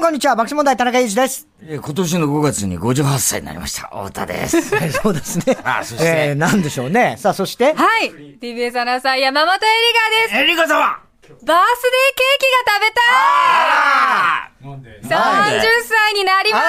こんにちは、爆笑問題田中裕二です。えー今年の5月に58歳になりました。太田 です。はいそうですね。あそして えー、なんでしょうね。さあ、そして、はい。TBS アナウンサー山本エエリガーでリカ様す。バースあデーケーキが食べたい !30 歳になりまあ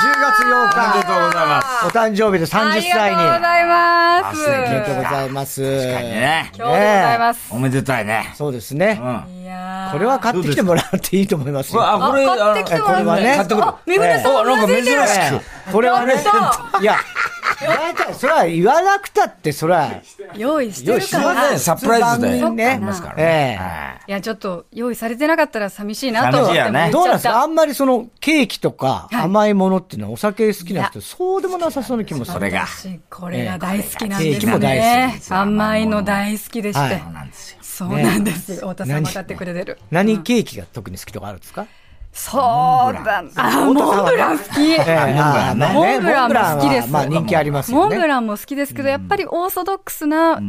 しりがた10おめ月8でとうございます。日、お誕生日であ30りが歳に。とうごあざいまあ素敵りがとす。うございます。確かにね。今日でございます。おめでたいね。そうですねう。ん。いやーこれは買ってきてもらっていいと思いますよ。あ、これ、ああ買ってきてもらこれいまはすね、買ってくる。あ、めぐらさんお、なんか珍しうなずいえてるく。えこれはねちょっ、いや、言われたら、それは言わなくたって、それは、用意して用るか意してまなせいんサプライズ普で。通番組ねありますからね。ええはいや、ちょっと用意されてなかったら寂しいなと思っても寂しいよね言っどうちなんゃでっすかあた。んまりその、ケーキとかい甘いものっていうのはお酒好きない人、そうでもなさそうな気もすそる。れが。私、これが大好きなんでケーキすも大好きねで。す甘いの大好きでしはていそう。なんですよ。そうなんですよ。太田さんが買ってくれてる。何ケーキが特に好きとかあるんですかそうだな。あ、モンブラン好き。あーまあねモンブランも好きですモンブランはまあ人気ありますモよンね。ブランも好きですけど、やっぱりオーソドックスな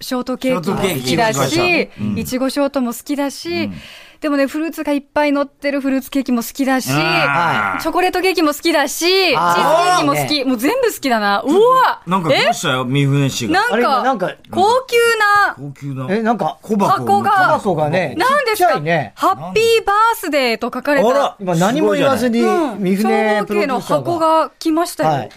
ショートケーキも好きだショートケし、いちごショートも好きだし、でもね、フルーツがいっぱい乗ってるフルーツケーキも好きだし、チはいョコレートケーキも好きだし、チーズケあーーキも好き。もう全部好きだな。うわなんか来えましたよ、三船氏が。あれ今ななんんかか、高級な、高級な。え、なんか、小箱を持ってます箱がねなんですちっちゃかいねハッピーバースデーと書かれあたら。今何も言わずに、三長船方プロデューサー形の箱が来ましたよ。はいい、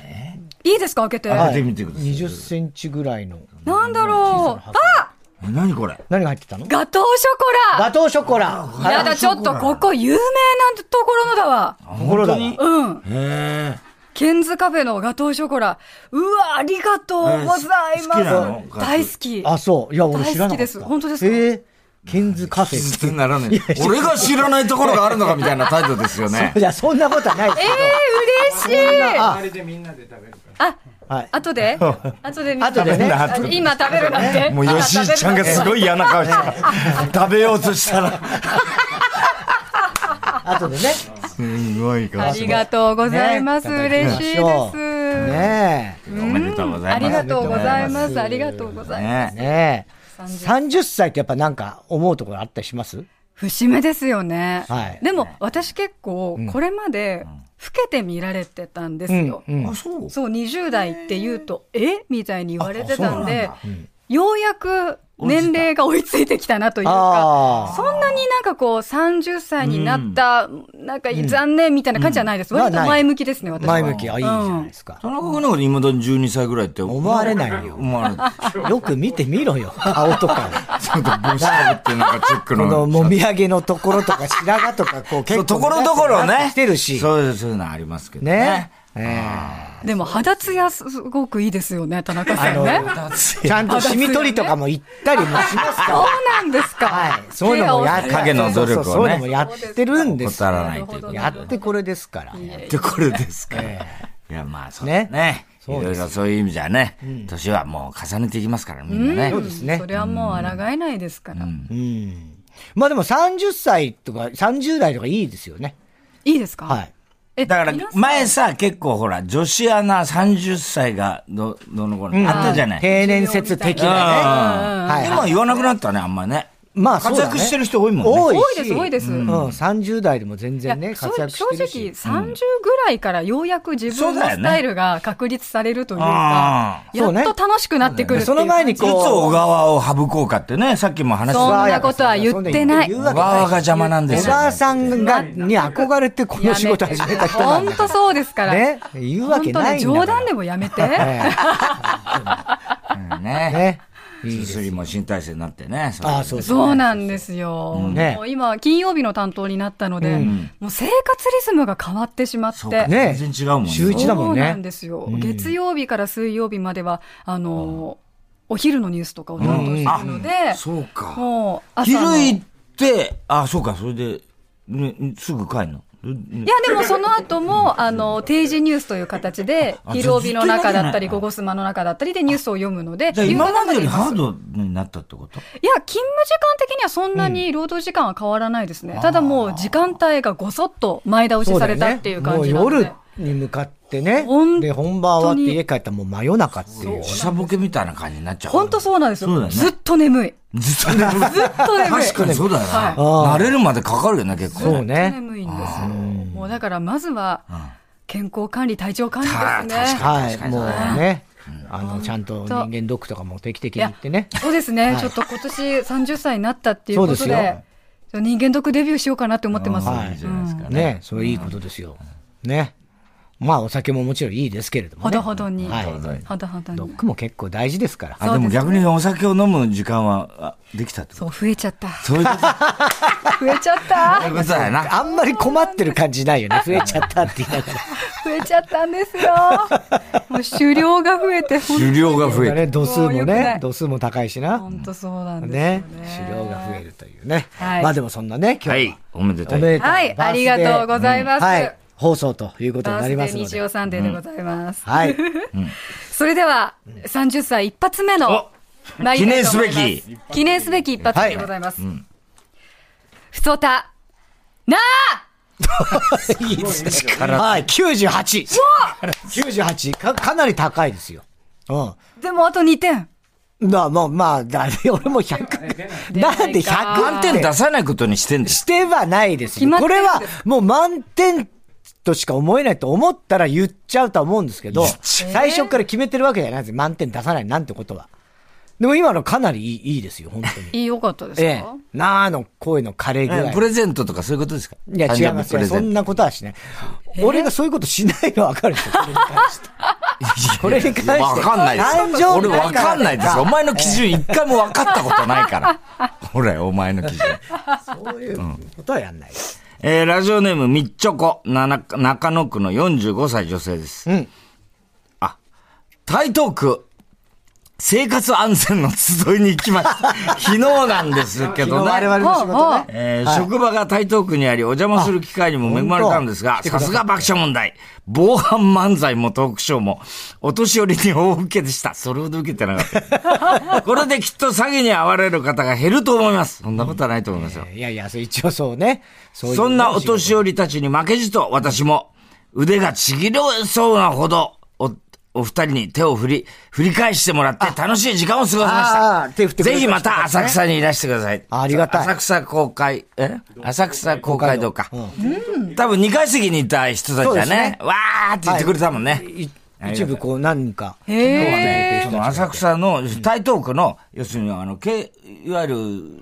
いですか開けて。開けてみてください。 20センチぐらいの。なんだろう。あえ何これ何が入ってたのガトーショコラガトーショコラ。やだ、ちょっとここ有名なところのだわ。ところだわ本当にうん。へケンズカフェのガトーショコラ。うわ、ありがとうございます。えー好きなのガトー大好き。あ、そう。いや、俺知らなかった。大好きです本当ですかえーケンズカフえ。ェ。ならない。俺が知らないところがあるのかみたいな態度ですよ ね。いや、そんなことはないですえけど。ー、嬉しい。あ、あ、はい。後で後で見後でねあ今食べるなんて。もう吉井ちゃんがすごい嫌な顔してた。食べようとしたら。後でね。 すごいあ顔りがとうございます。ね嬉しいです。ねおめでとうござあいます。りがとうございます。あありりががとうございます。え。ねねえ。 30 30歳ってやっぱなんか思うところあったりします節目ですよね。はいでも、私結構、これまで、老けて見られてたんですよ。うんあ、そうそう、20代って言うと、えみたいに言われてたんであ、ようやく年齢が追いついてきたなというあかー、そんなになんかこう、30歳になった、なんか残念みたいな感じじゃないです。うん割とまあない前向きですね、私は。前向き。あ、いいじゃないですか田。中君なんかで未だに12歳ぐらいって思われないよ思われない。よく見てみろよ。顔とかを。ちょっと帽子かぶってなんかチェックこのの。もみあげのところとか白髪とかこう結そ構。うところどころね。してるし。そういう、そういうのありますけどねね。。ええでも、肌ツヤすごくいいですよね、田中さんね。ちゃんとシミ取りとかも行ったりもし ますか そうら。なんですか。はい。そういうのもやっケアをする影の努力をそねうそうそういうのもやってるんです怠よらないということで。やってこれですから。ってこれですから。いや、まあ、そうだね。いそうろでいすろそういう意味じゃね、年はもう重ねていきますから、みんなね。そうですねそれはもう抗えないですから。うん。まあでも30歳とか30代とかいいですよね。いいですかはい。え、だから皆さ、ん前さ、結構ほら、女子アナ30歳がど、どの頃、あったじゃない。定年説的うんなね。はい。今言わなくなったね、あんまね。まあそうだね活躍してる人多いもんね。多い多いしです、多いです。うん、30代でも全いや然ね、そう活躍正してるし。直、30ぐらいからようやく自分そのうだよスねタイルが確立されるというあーか、そうねやっと楽しくなってくるっていうその前にいつ小川を省こうかってね、さっきも話してそんた。なことは言ってない小小川が邪魔なんですよ。川さんが、に憧れてこの仕事始めた人なんだ本当そうですから。ね。言うわけ本当ないね、んだから。冗談でもやめて。うんね。ね。いいですすすりも新体制になってね。それああ、そうそう。そうなんですよ。ねもう今、金曜日の担当になったので、もう生活リズムが変わってしまって。そうかね全然違うもんね。週一だもんねそうなんですよ。月曜日から水曜日までは、あの、お昼のニュースとかを担当してるので、そうか。もう朝昼の。行いって、あ、そうか、それで、ね、すぐ帰んの。や、でもその後も、あの、定時ニュースという形で、あ昼帯の中だったずり、っと午後スマの中だったりでニュースを読むので、じゃあ今までより夕方ハいーますドになったってこといや、勤務時間的にはそんなに労働時間は変わらないですね。ただもう、時間帯がごそっと前倒しされたっていう感じなものうで。夜に向かっってね本当。にで、本番終わって家帰ったらもう真夜中っていう。時差ボケみたいな感じになっちゃう。本当そうなんですよ。そうだよねずっと眠い。ずっと眠い。ずっと眠 い。確かにそうだよな。はいあ慣れるまでかかるよね、結構。そうね。眠いんですよ。もうだからまずは健康管理、体調管理たです確ね。は確かい、にもそううだねね。あの、ちゃんと人間ドックとかも定期的に行ってね。そうですね、ちょっと今年30歳になったっていうことそで、うで人間ドックデビューしようかなって思ってます。はいいいじゃないですかね。ね、それいいことですよ。ね。まあ、お酒ももちろんいいですけれどもほね。どほどに。はいほどほどドにッ。クも結構大事ですから。あ、でも逆にお酒を飲む時間は、あできたってことそう、増えちゃった。そういうこと増えちゃっそう たいう。ことだよ な。あんまり困ってる感じないよね。増えちゃったって言いながら。増えちゃったんですよ。もう狩猟が増えて、ほん狩猟が増えだね、て。度数もうも良くなねい、度数も高いしなほ。んとそうなんですよねね。。狩猟が増えるというね。はいまあでもそんなね、今は日い。おめでおたい。めでとう。はいバースデーありがとうございますんはい。放送ということになバースデりまーすの日で曜。サンデーでございます。 はい。それでは、30歳一発目の、参りたいと思います記念すべ。記念すべき一発目でございます。ふつおた、なあいいですねはい、98。98か。かなり高いですよ。うん。でもあと2点。まあ、もう、まあ、だ、 俺も100。なんで100満点点出さないことにしてんです。してはないですよ決まっこてれるんですは、もう満点としか思えないと思ったら言っちゃうとは思うんですけど、最初から決めてるわけじゃないです。満点出さないなんてことは。でも今のかなりいいいいですよ、本当に。いいよかったですえか、え。なあの声の枯れ具合え。プレゼントとかそういうことですかいや、違います誕生日プレよ。そゼンんト。なことはしない。俺がそういうことしないのはわかる でしょ、これに関して。 これに関していやわかんないです誕生日だから。俺わかんないです。お前の基準一回もわかったことないから。 ほら、お前の基準。そういうことはやんないです。えー、ラジオネーム、みっちょこ、なな、中野区の45歳女性です。うん。あ、台東区、生活安全の集いに行き ました。昨日なんです昨け日どね。我々の仕ほう事ほね。えー職場が台東区にあり、お邪魔する機会にも恵まれたんですが、さすが爆笑問題、防犯漫才もトークショーも、お年寄りに大受けでした。それほど受けてなか った。これできっと詐欺に遭われる方が減ると思います。そんなことはないと思いますよ。いやいや、それ一応そうね。そういうそんなお年寄りたちに負けじと私も腕がちぎれそうなほどお、お二人に手を振り、振り返してもらって楽しい時間を過ごしまあーし手た。振ってくれたぜひまた浅草にいらしてください。ありがたい浅草公会、え浅草公会堂か。多分二階席にいた人たちそうではすねね、わーって言ってくれたもんね。い一部こう何人か。へその浅草の、台東区の、要するにあの、けいわゆる、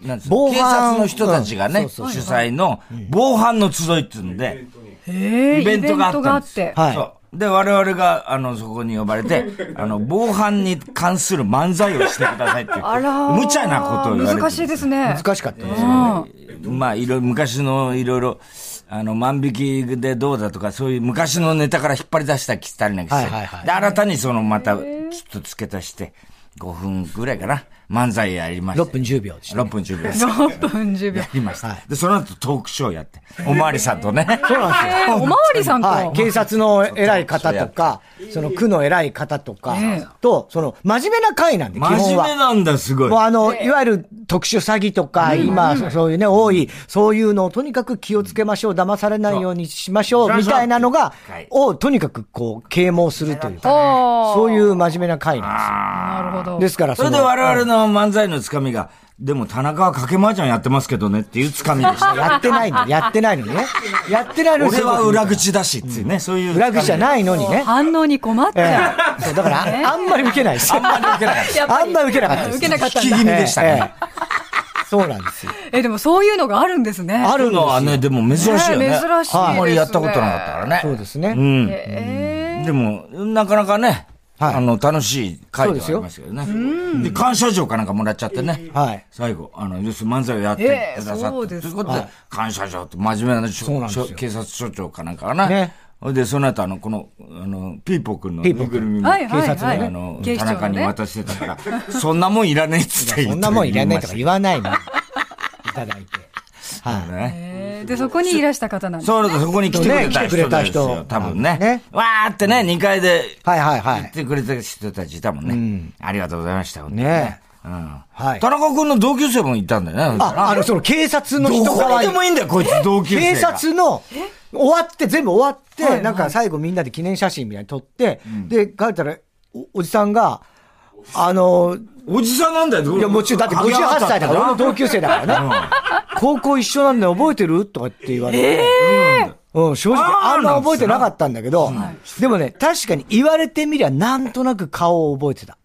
なんですか、防警犯察の人たちがね、主催の防犯の集いっていうんで、えイベントがあったんです。イベントがはあっていそう。で、我々が、あの、そこに呼ばれて、あの、防犯に関する漫才をしてくださいっていう。あらー無茶なことを言われて。難しいですね。難しかったですうよ。んまあ、いろいろ、昔のいろいろ、あの、万引きでどうだとか、そういう昔のネタから引っ張り出したきたりなんかして、はいはいはいで、新たにその、また、ちょっと付け足して、5分ぐらいかな、漫才やりました。 6分10秒でした。 6分10秒です。 6分10秒や。りました、はいで、その後トークショーやって、おまわりさんとね。 そうなんですよ。えーおまわりさんと。はい。警察の偉い方とか、その区の偉い方とかええ、と、その、真面目な会なんで、基本は。 真面目なんだ、すごいもう。あの、いわゆる特殊詐欺とか、今、そそういうね、多い、そういうのをとにかく気をつけましょう、騙されないようにしましょ、そううみたいなのがはい、をとにかくこう、啓蒙するというか、おーそういう真面目な会なんなるほど。ですよ。ですから、それで我々の漫才のつかみが、でも田中は掛け麻雀やってますけどねっていうつかみでした。やってないの、やってないのにね。やってないのに。俺は裏。口だしっていうね、そういう。裏口じゃい。ないのにね。反応に困っちえゃう。えそうだから、あんまり受けないです。あんまり受けなかやっぱりあんまり受けなかったです。受けなかった引んき気だ味。でしたね。ええそうなんですよ。え、でもそういうのがあるんですね。ああるるののはね、でも珍しいよね。ね珍しいですねあんまりやったことなかったからね。そうですね。うん。えでも、なかなかね、はいあの、楽しい回ではありますけどね。で、感謝状かなんかもらっちゃってね。はい。最後、あの、要するに漫才をやってくださええそうって。ですとかいうことで、感謝状って真面目なしょそうなんですよしょ警察署長かなんかがな。ねほいで、その後、あの、この、あの、ピーポくんのピぬーポいくんぐるみも、はいはい警察はい。あの、警田視中庁のにね。渡してたから、そんなもんいらねえっつって 言そって。んなもんいらないとか言い言わないの。いただいて。ましたはね。えーで、そこにいらした方なんです。そうだとそこに来てくねれた来てくれ人たです人よ、多分ねね。わーってね、2階でい。はいはいは言っい。てくれた人たちいたもんね。ありがとうございました、本当にねえ。はい田中君の同級生もいたんだよね。あ、あの、その警察の人どこにでもいいんだよ、こいつ同級生警が。察の、終わって、全部終わって、なんか最後みんなで記念写真みたいに撮って、で、帰ったら、おおじさんが、あの、おじさんなんだよ、いや、もちろん、だって58歳だから、俺の同級生だからね。高校一緒なんだよ、覚えてるとかって言われて。うん、正直、あーあんま覚えてなかったんだけど、でもね、確かに言われてみりゃ、なんとなく顔を覚えてた。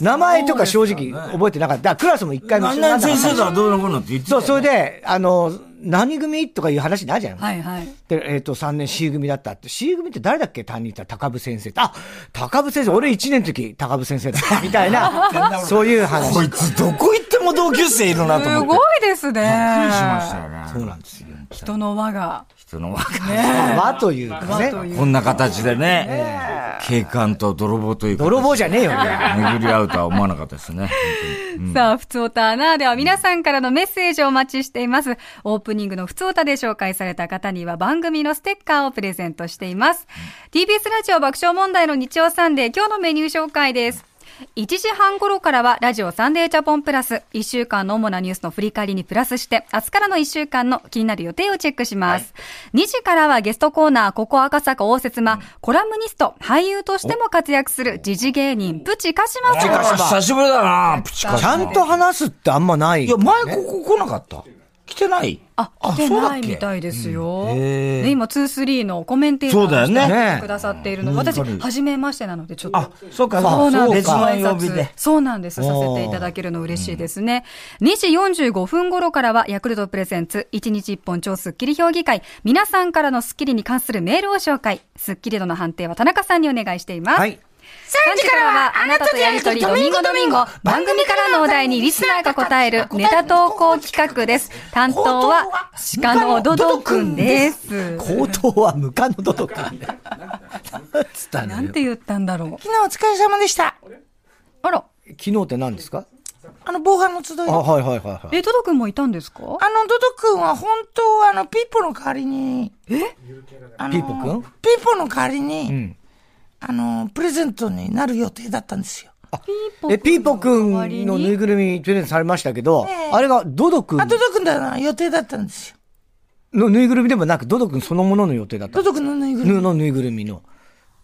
名前とか正直覚えてなかった。だからクラスも一回も何一緒になん々なか先った生だ、どうのこうのって言ってたそよう、それで、あの、何組とかいう話になるじゃん。はいはい。で、えっ、と、3年 C 組だったって。C 組って誰だっけ担任って言ったら高部先生って。あ、高部先生、俺1年の時、高部先生だ。 みたいな、そういう話。こいつどこ行っても同級生いるなとす思って。ごいですびっね。くりしましたよね。そうなんですよ。人の輪が。人の若い和というか輪ね。というこんな形でね、警官と泥棒というか、泥棒じゃねえよ、俺巡り合うとは思わなかったですね。さあ、ふつおたなあでは皆さんからのメッセージをお待ちしています。オープニングのふつおたで紹介された方には番組のステッカーをプレゼントしています。TBS ラジオ爆笑問題の日曜サンデー、今日のメニュー紹介です。1時半頃からはラジオサンデージャポンプラス、1週間の主なニュースの振り返りにプラスして、明日からの1週間の気になる予定をチェックします。2時からはゲストコーナー、ここ赤坂応接間、コラムニスト、俳優としても活躍する時事芸人、プチカシマさん。久しぶりだな、プチカちゃんと話すってあんまない。いや、前ここ来なかった来てないあ、来てそうだっないけみたいですよ。へーね、今、2-3のコメンテーターそうだよねとしてくださっているの。私、うん初めましてなので、ちょっと。あ、そうか、そうなんで別す。ご挨の拶曜日で。そうなんです。させていただけるの嬉しいですね。2時45分頃からは、ヤクルトプレゼンツ、1日1本超スッキリ評議会、皆さんからのスッキリに関するメールを紹介。スッキリ度の判定は田中さんにお願いしています。はい。 3時からは、あなたとやりとり、ドミンゴドミンゴ、番組からのお題にリスナーが答えるネタ投稿企画です。担当は、鹿のドドくんです。口頭は無かのどとか。なんつったなのんよて言ったんだろう。昨日お疲れ様でした。あら、昨日って何ですかあの、防犯の集いで。ああ、の、はいはいはいはい。え、ドドくんもいたんですかドド君は本当は、あの、ピーポの代わりに、えあのピーポ君ピーポの代わりに、あの、プレゼントになる予定だったんですよ。え、ピーポくんのぬいぐるみプレゼントされましたけど、ええあれがドドくんあ、ドド君だな、予定だったんですよ。のぬいぐるみでもなく、ドドくんそのものの予定だったド。ド君のぬいぐるみ。ぬのぬいぐるみの。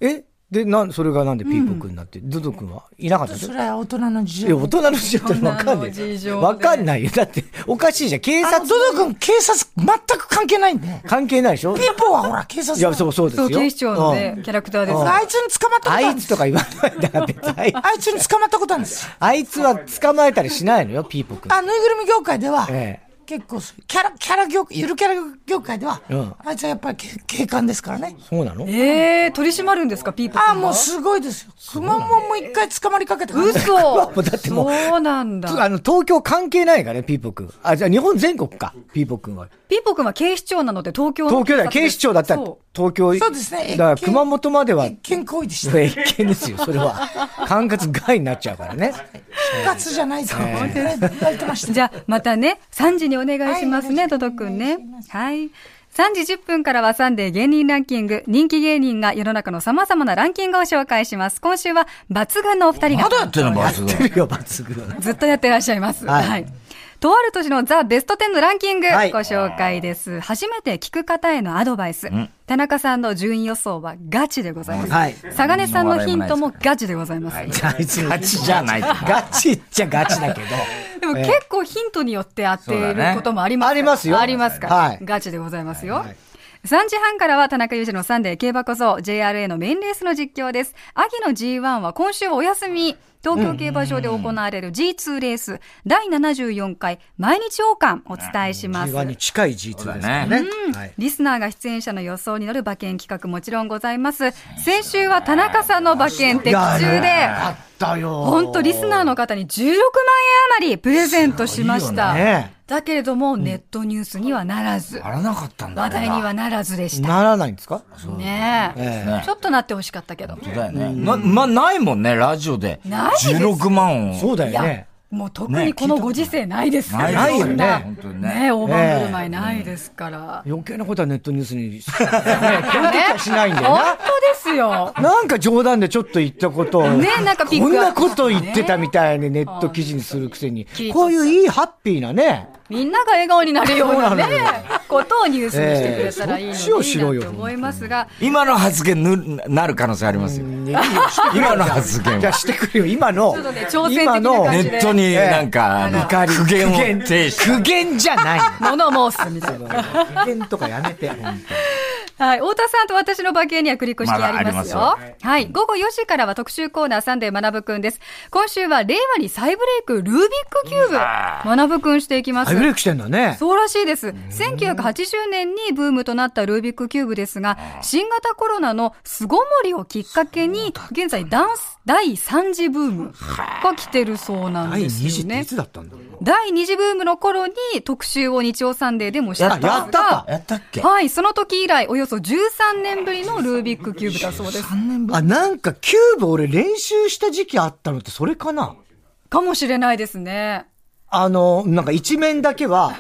えで、なん、それがなんでピーポくんになって、ドドくんはいなかったんですそれは大人の事いや、情。大人の事情ってわかんな大人の事い。情でわかんないよ。だって、おかしいじゃん。警あの、察ドド君、警察、全く関係ないんで。関係ないでしょピーポはほら、警察いや、そう、そうですそよ。う、警視庁のねうん、キャラクターです。あいつに捕まったことああるんいでつすよとか言わないんだから、別にあいあいつに捕まったことあるんですよ。あいつは捕まえたりしないのよ、ピーポくん。あ、ぬいぐるみ業界では、ええ結構そうキャラ、キャラ業界、ゆるキャラ業界では、うんあいつはやっぱりけ警官ですからね。そうなのえー、取り締まるんですか、ピーポくんは。あ、もうすごいですよ。くまモンも一回捕まりかけたからね嘘だって もうそうなんだ。あの、東京関係ないからね、ピーポくん。あ、じゃあ日本全国か、ピーポくんは。ピーポくんは警視庁なので東京の東京だよ、警視庁だったらそう、東京、そうですねだから熊本までは、一見行為でした。一見ですよ、それ は。管轄外になっちゃうからね。部活じゃないと思ってね、言われてました。 じゃあ、またね、3時にお願いしますはね、いドドくんね。はい。3時10分からはサンデー芸人ランキング。人気芸人が世の中の様々なランキングを紹介します。今週は、抜群のお二人が。まだやってんの、バスが。出るよ、抜群。ずっとやってらっしゃいます。は。はいいとある年のザ・ベスト10のランキング、ごはい紹介です。初めて聞く方へのアドバイス。田中さんの順位予想はガチでございます。はい佐賀根さんのヒントもガチでございます。あいつガチじゃないと思うガチっちゃガチだけど。でも結構ヒントによって当てることもあります、そうだねありますよありますから。はいガチでございますよ。3時半からは田中裕二のサンデー競馬こそ JRA のメインレースの実況です。秋の G1 は今週お休み。東京競馬場で行われる G2 レース第74回毎日王冠お伝えします。 G1 に近い G2 ですからね。はいリスナーが出演者の予想に乗る馬券企画もちろんございます。先週は田中さんの馬券的中で、あったよ。本当リスナーの方に16万円余りプレゼントしました。すごいよねだけれども、ネットニュースにはならず、あらなかったんだ話題にはならずでした。ならないんですかねええねちょっとなってほしかったけど。だよね。な、ま、ないもんね、ラジオで。ないです16万を。そうだよいやね。もう特にこのご時世ないですからないよねそんな本当にねね、大盤振る舞いないですから。余計なことはネットニュースに、ね、 基本的にはしないんだよ本な。当ですよ。なんか冗談でちょっと言ったことを、ねなんかピックこんアなップこしたととかね言ってたみたいにネット記事にするくせに切り取っ、たこういういいハッピーなね、みんなが笑顔になるようなねそうなのよ、ことをニュースにしてくれたらいいのええにそっちをしろよなと思いますが、今の発言ぬ、なる可能性ありますよ。いいよしてくれよ今の発言じゃあは。してくれよ、今の。ちょっとね挑戦的な今の感ネじットになんか、あの怒り苦言を苦呈言して。苦言じゃない物申すみたいな。の。苦言とかやめて、 本はい。太田さんと私の馬券には繰り越してありますよ。まだあはい。午後4時からは特集コーナーサンデー学ぶくんです。今週は令和に再ブレイク、ルービックキューブ。学ぶくんしていきま当すハイ。ブレイクしてんだね。そうらしいです。1980年にブームとなったルービックキューブですが、新型コロナの巣ごもりをきっかけに、現在ダンス第3次ブームが来てるそうなん第で2す次よってねい。つだったんだろう第2次ブームの頃に特集を日曜サンデーでもしてたんですがやったかやったっけはい、その時以来、およそ13年ぶりのルービックキューブだそうです。 3年ぶりあ、なんかキューブ俺練習した時期あったのってそれかなかもしれないですね。あの、なんか一面だけ は、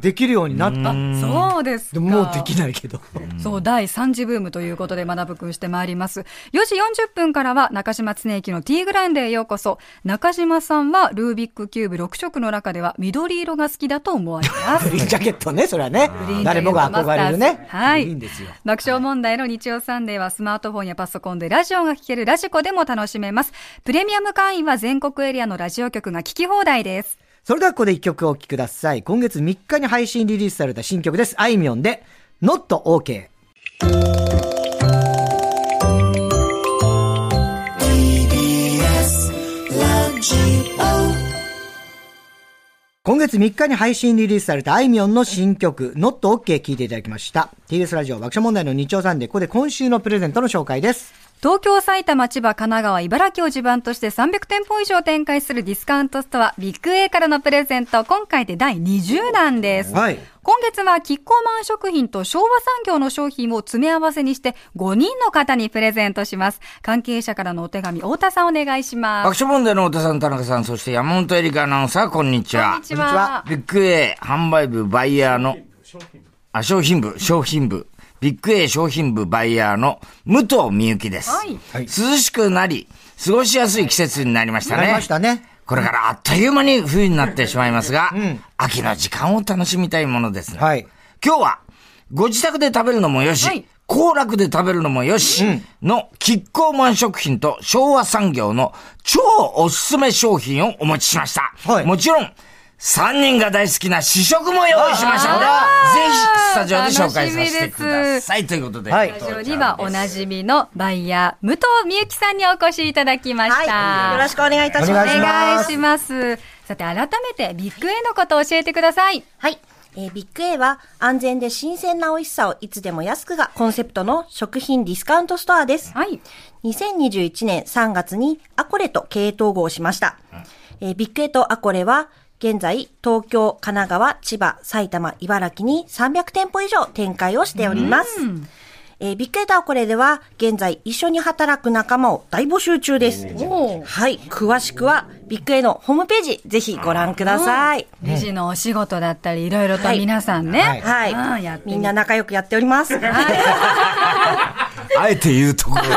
できるようになった。そうですでか。ももうできないけど。そう、第3次ブームということで学ぶくんしてまいります。4時40分からは中島恒之のティーグラウンドへようこそ。中島さんはルービックキューブ6色の中では緑色が好きだと思われま すグ。リー ンジャケットね、それは ねグリーン。誰もが憧れるジャケットマスターねズ。はい。いいんですよ。爆笑問題の日曜サンデーはスマートフォンやパソコンでラジオが聴けるラジコでも楽しめます。プレミアム会員は全国エリアのラジオ局が聴き放題です。それではここで一曲お聴きください。今月3日に配信リリースされた新曲です。あいみょんで、Not OK。今月3日に配信リリースされたあいみょんの新曲、Not OK 聴いていただきました。TBS ラジオ爆笑問題の日曜さんで、ここで今週のプレゼントの紹介です。東京、埼玉、千葉、神奈川、茨城を地盤として300店舗以上展開するディスカウントストア、ビッグ A からのプレゼント、今回で第20弾です。はい今月は、キッコーマン食品と昭和産業の商品を詰め合わせにして、5人の方にプレゼントします。関係者からのお手紙、太田さんお願いしま爆す。笑問題の太田さん、田中さん、そして山本エリカアナウンサー、こんにちは。こんにちは。ビッグ A 販売部バイヤーの、あ、商品部、商品部。ビッグ A 商品部バイヤーの武藤美幸です。はい涼しくなり、過ごしやすい季節になりましたね。なりましたね。これからあっという間に冬になってしまいますが、秋の時間を楽しみたいものですね。はい今日は、ご自宅で食べるのもよし、はい行楽で食べるのもよし、の、キッコーマン食品と昭和産業の超おすすめ商品をお持ちしました。はいもちろん、3人が大好きな試食も用意しましたので、ぜひ、スタジオで紹介させてください。ということで、はいスタジオにはおなじみのバイヤー、武藤美幸さんにお越しいただきました。はい。よろしくお願いいたしおま願いしすま。お願いします。さて、改めてビッグ A のことを教えてください。はい。えービッグ A は安全で新鮮な美味しさをいつでも安くがコンセプトの食品ディスカウントストアです。はい。 2021年3月にアコレと経営統合しました。えービッグ A とアコレは現在東京、神奈川、千葉、埼玉、茨城に300店舗以上展開をしております。えービッグ A とアコレでは現在一緒に働く仲間を大募集中です。おーはい。詳しくはビッグ A のホームページぜひご覧ください。理事のお仕事だったり、いろいろと皆さんね。はいはい。うんやってみみんな仲良くやっております。あえて言うところが、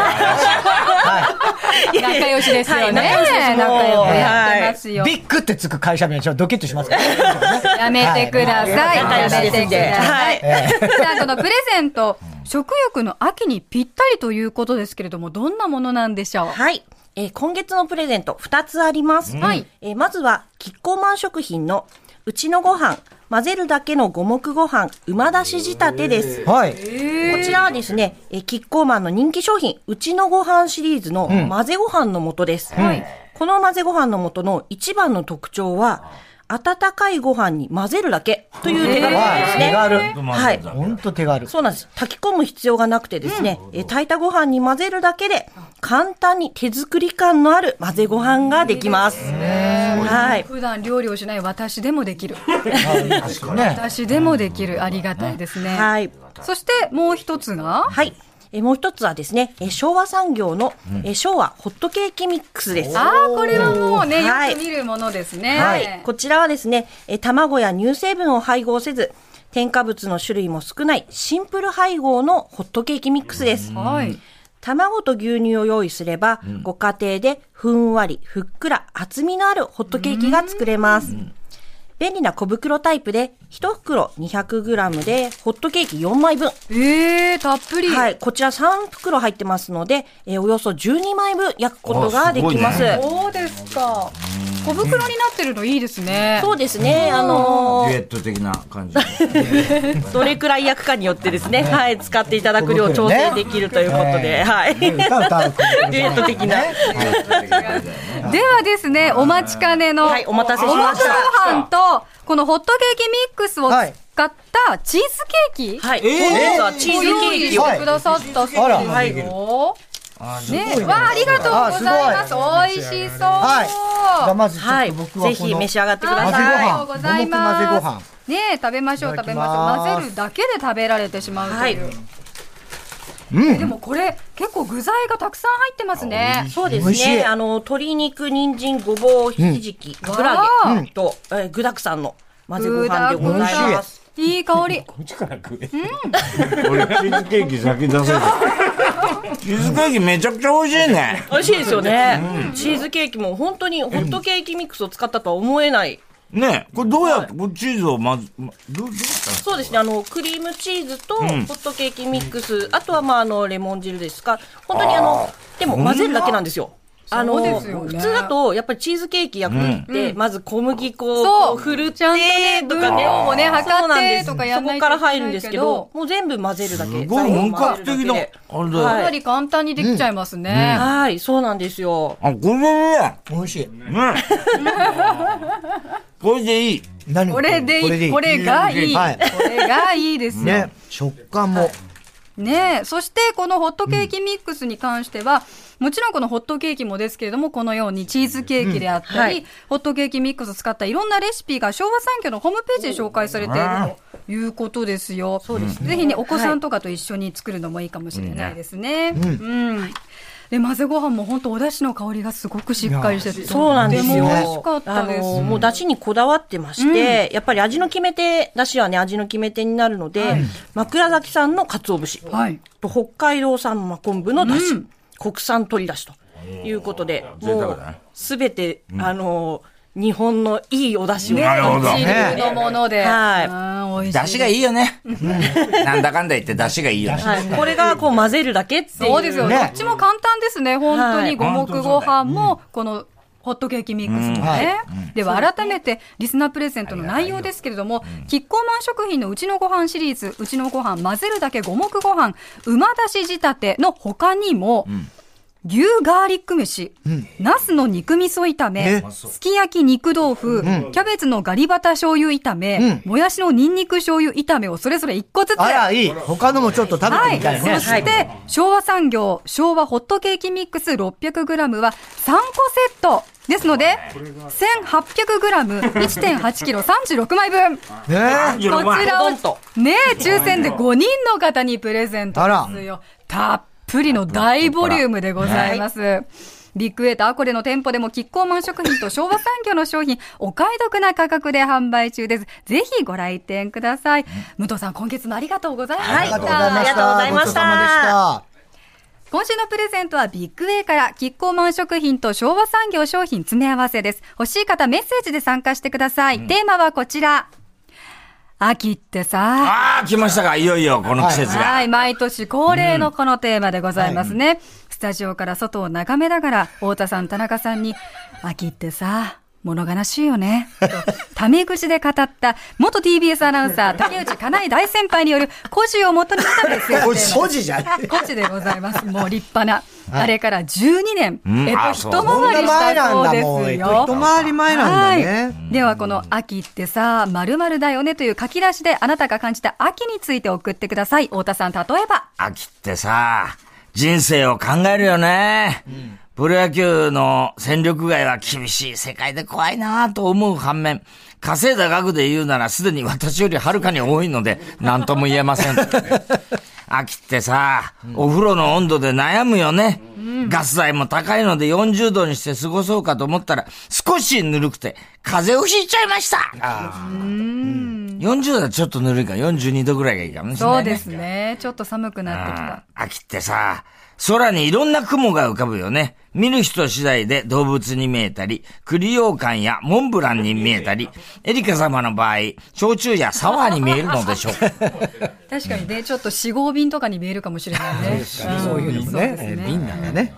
仲良しですよね。はい仲良しですもう仲良くやってますよ。ビッグってつく会社名、ちょっとドキッとしますからね。やめてください。仲良やしめてですくんだで。さ。はいい。さあ、このプレゼント、食欲の秋にぴったりということですけれども、どんなものなんでしょうはい。えー今月のプレゼント2つあります。はいえーまずは、キッコーマン食品のうちのご飯、混ぜるだけの五目ご飯、馬だし仕立てです。こはい。ちらはですね、えーキッコーマンの人気商品、うちのご飯シリーズの混ぜご飯の素です。はいこの混ぜご飯の素の一番の特徴は、温かいご飯に混ぜるだけという手軽さです手ね。軽。はい。ほんと手軽。そうなんです。炊き込む必要がなくてですね、えー炊いたご飯に混ぜるだけで、簡単に手作り感のある混ぜご飯ができます。はい。普段料理をしない私でもできる。ね。私でもできる。ありがたいですね。はい。そして、もう一つがはい。えーもう一つはですね、えー昭和産業の、えー昭和ホットケーキミックスです。ああ、これはもうね、よはいく見るものですね。はい、こちらはですね、えー卵や乳成分を配合せず、添加物の種類も少ないシンプル配合のホットケーキミックスです。はい。卵と牛乳を用意すれば、ご家庭でふんわり、ふっくら、厚みのあるホットケーキが作れます。便利な小袋タイプで、1袋 200g で、ホットケーキ4枚分。ええたっぷり。はい、こちら3袋入ってますので、えーおよそ12枚分焼くことができます。あすそうですか。小袋になってるのいいですね。そうですね、あのデュエーット的な感じ。あどれくらい焼くかによってですね、はい、使っていただく量を調整できるということで、はい。ね歌歌う。デュエット的な。ではですね、お待ちかねの、はいお待たせしましたおもちご飯と、このホットケーキミックスを使ったチーズケーキ、はい、本日はチーズケ用ー意キしを。てくださったそうですよ。はいはいね、わあ、ありがとうございます。美味しそう。はい。じゃあまずちょはっい、と僕はぜこひの召し上がってくあだりさい。がとうございます。五目混ぜご飯ねえ食べましょうい食ただべきまますしょう混ぜるだけで食べられてしまうという、はうん、でもこれ結構具材がたくさん入ってますねそうで美す味しいね。あの、鶏肉、人参、ごぼう、ひじき、油わあ揚げと、えー具だくさんの混ぜご飯でござ具いだまくす。いい香りこっちから食え。俺、チーズケーキ先に出せる。チーズケーキめちゃくちゃ美味しいね。美味しいですよね。チーズケーキも本当にホットケーキミックスを使ったとは思えない。ねえこれどうやって、これチーズをまず、まどう、どうやったのそうですね。あの、クリームチーズとホットケーキミックス、あとはまあ、あの、レモン汁ですか。本当にあの、でも混ぜるだけなんですよ。あの、そうですよね普通だと、やっぱりチーズケーキ焼く時って、まず小麦粉をそうこう振るって、ちゃんとねとかね、分量をねそう測っなんでてすとかやんなそいといけなこいけどから入るんですけど、もう全部混ぜるだけ。すごい本格的な、あれだよ。はかいなり簡単にできちゃいますね、はい、そうなんですよ。あ、これね、美味しい。ね。これでいい。何これでいいこれがいい、はいこれがいいですよね、食感も。ねえ、そしてこのホットケーキミックスに関しては、もちろんこのホットケーキもですけれども、このようにチーズケーキであったり、うんはいホットケーキミックスを使ったいろんなレシピが昭和産業のホームページで紹介されているということですよ。そうですね。ぜひね、お子さんとかと一緒に作るのもいいかもしれないですね。うん。で、混ぜご飯も本当お出汁の香りがすごくしっかりしてて。そうなんですとよ。ても美味しかったです。あの、もう出汁にこだわってまして、やっぱり味の決め手、出汁はね、味の決め手になるので、枕崎産の鰹節、はいと北海道産真昆布の出汁、国産鶏出汁ということで、贅も沢うだね、すべて、あの、日本のいいお出汁を。なるほどチーズのもので。はいうん、美味しい。出汁がいいよね。なんだかんだ言って出汁がいいよね。はい。これがこう混ぜるだけっていう。そうですよ、ねどっちも簡単ですね、本当はにい五目ご飯も、このホットケーキミックスもね。では改めて、リスナープレゼントの内容ですけれども、キッコーマン食品のうちのご飯シリーズ、うちのご飯混ぜるだけ五目ご飯馬だし仕立ての他にも、牛ガーリック飯、ナスの肉味噌炒めね、すき焼き肉豆腐、キャベツのガリバタ醤油炒め、もやしのニンニク醤油炒めをそれぞれ1個ずつあら、いい。他のもちょっと食べてみたいね。はい、そして、昭和産業、昭和ホットケーキミックス 600g は3個セット。ですので、1800g、1.8kg、36枚分。こねちらドンとを、ねえ、抽選で5人の方にプレゼントですよ。たっぷりの大ボリュームでございます。ビッグエイトアコレの店舗でもキッコーマン食品と昭和産業の商品、お買い得な価格で販売中です。ぜひご来店ください。武藤さん、今月もありがとうございました。ありがとうございました。ありがとうございましたごちそうさまでした。今週のプレゼントはビッグウェイから、キッコーマン食品と昭和産業商品詰め合わせです。欲しい方メッセージで参加してください。テーマはこちら。秋ってさ、ああ、来ましたか。いよいよ、この季節が。はい、毎年恒例のこのテーマでございますね。スタジオから外を眺めながら、太田さん、田中さんに、秋ってさ、物悲しいよね。と、タメ口で語った、元 TBS アナウンサー、竹内かなえ大先輩による、故事を元にしたメッセージテーマです。文字じゃん。コチでございます。もう立派な。あれから12年、んえっと、あ一そう回りしたそうですよ。一回り前なんだね。はい。では、この秋ってさ、〇〇だよねという書き出しで、あなたが感じた秋について送ってください。太田さん、例えば。秋ってさ、人生を考えるよね。プロ野球の戦力外は厳しい世界で怖いなぁと思う反面、稼い だ額で言うならすでに私よりはるかに多いので、何とも言えません。秋ってさ、お風呂の温度で悩むよね。ガス代も高いので40度にして過ごそうかと思ったら、少しぬるくて、風邪をひいちゃいました。40度はちょっとぬるいから42度ぐらいがいいかもしれそなういね。ですね。ちょっと寒くなってきた。うん秋ってさ、空にいろんな雲が浮かぶよね。見る人次第で動物に見えたり、栗羊羹やモンブランに見えたり、エリカ様の場合、焼酎やサワーに見えるのでしょうか。確かにね、ちょっと四合瓶とかに見えるかもしれないね。そういうのもね、えー瓶なんだね。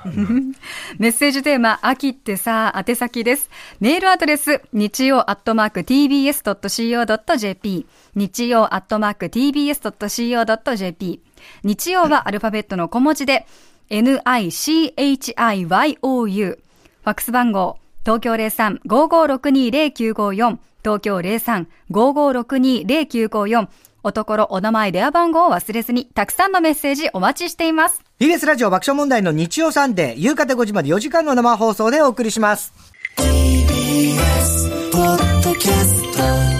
メッセージテーマ、秋ってさ、宛先です。メールアドレス、日曜アットマーク tbs.co.jp。日曜アットマーク tbs.co.jp。日曜はアルファベットの小文字で、nichiou。ファックス番号、東京03-5562-0954。東京03-5562-0954。おところ、お名前、電話番号を忘れずに、たくさんのメッセージお待ちしています。 TBS ラジオ爆笑問題の日曜サンデー、夕方5時まで4時間の生放送でお送りします。ポッドキャスト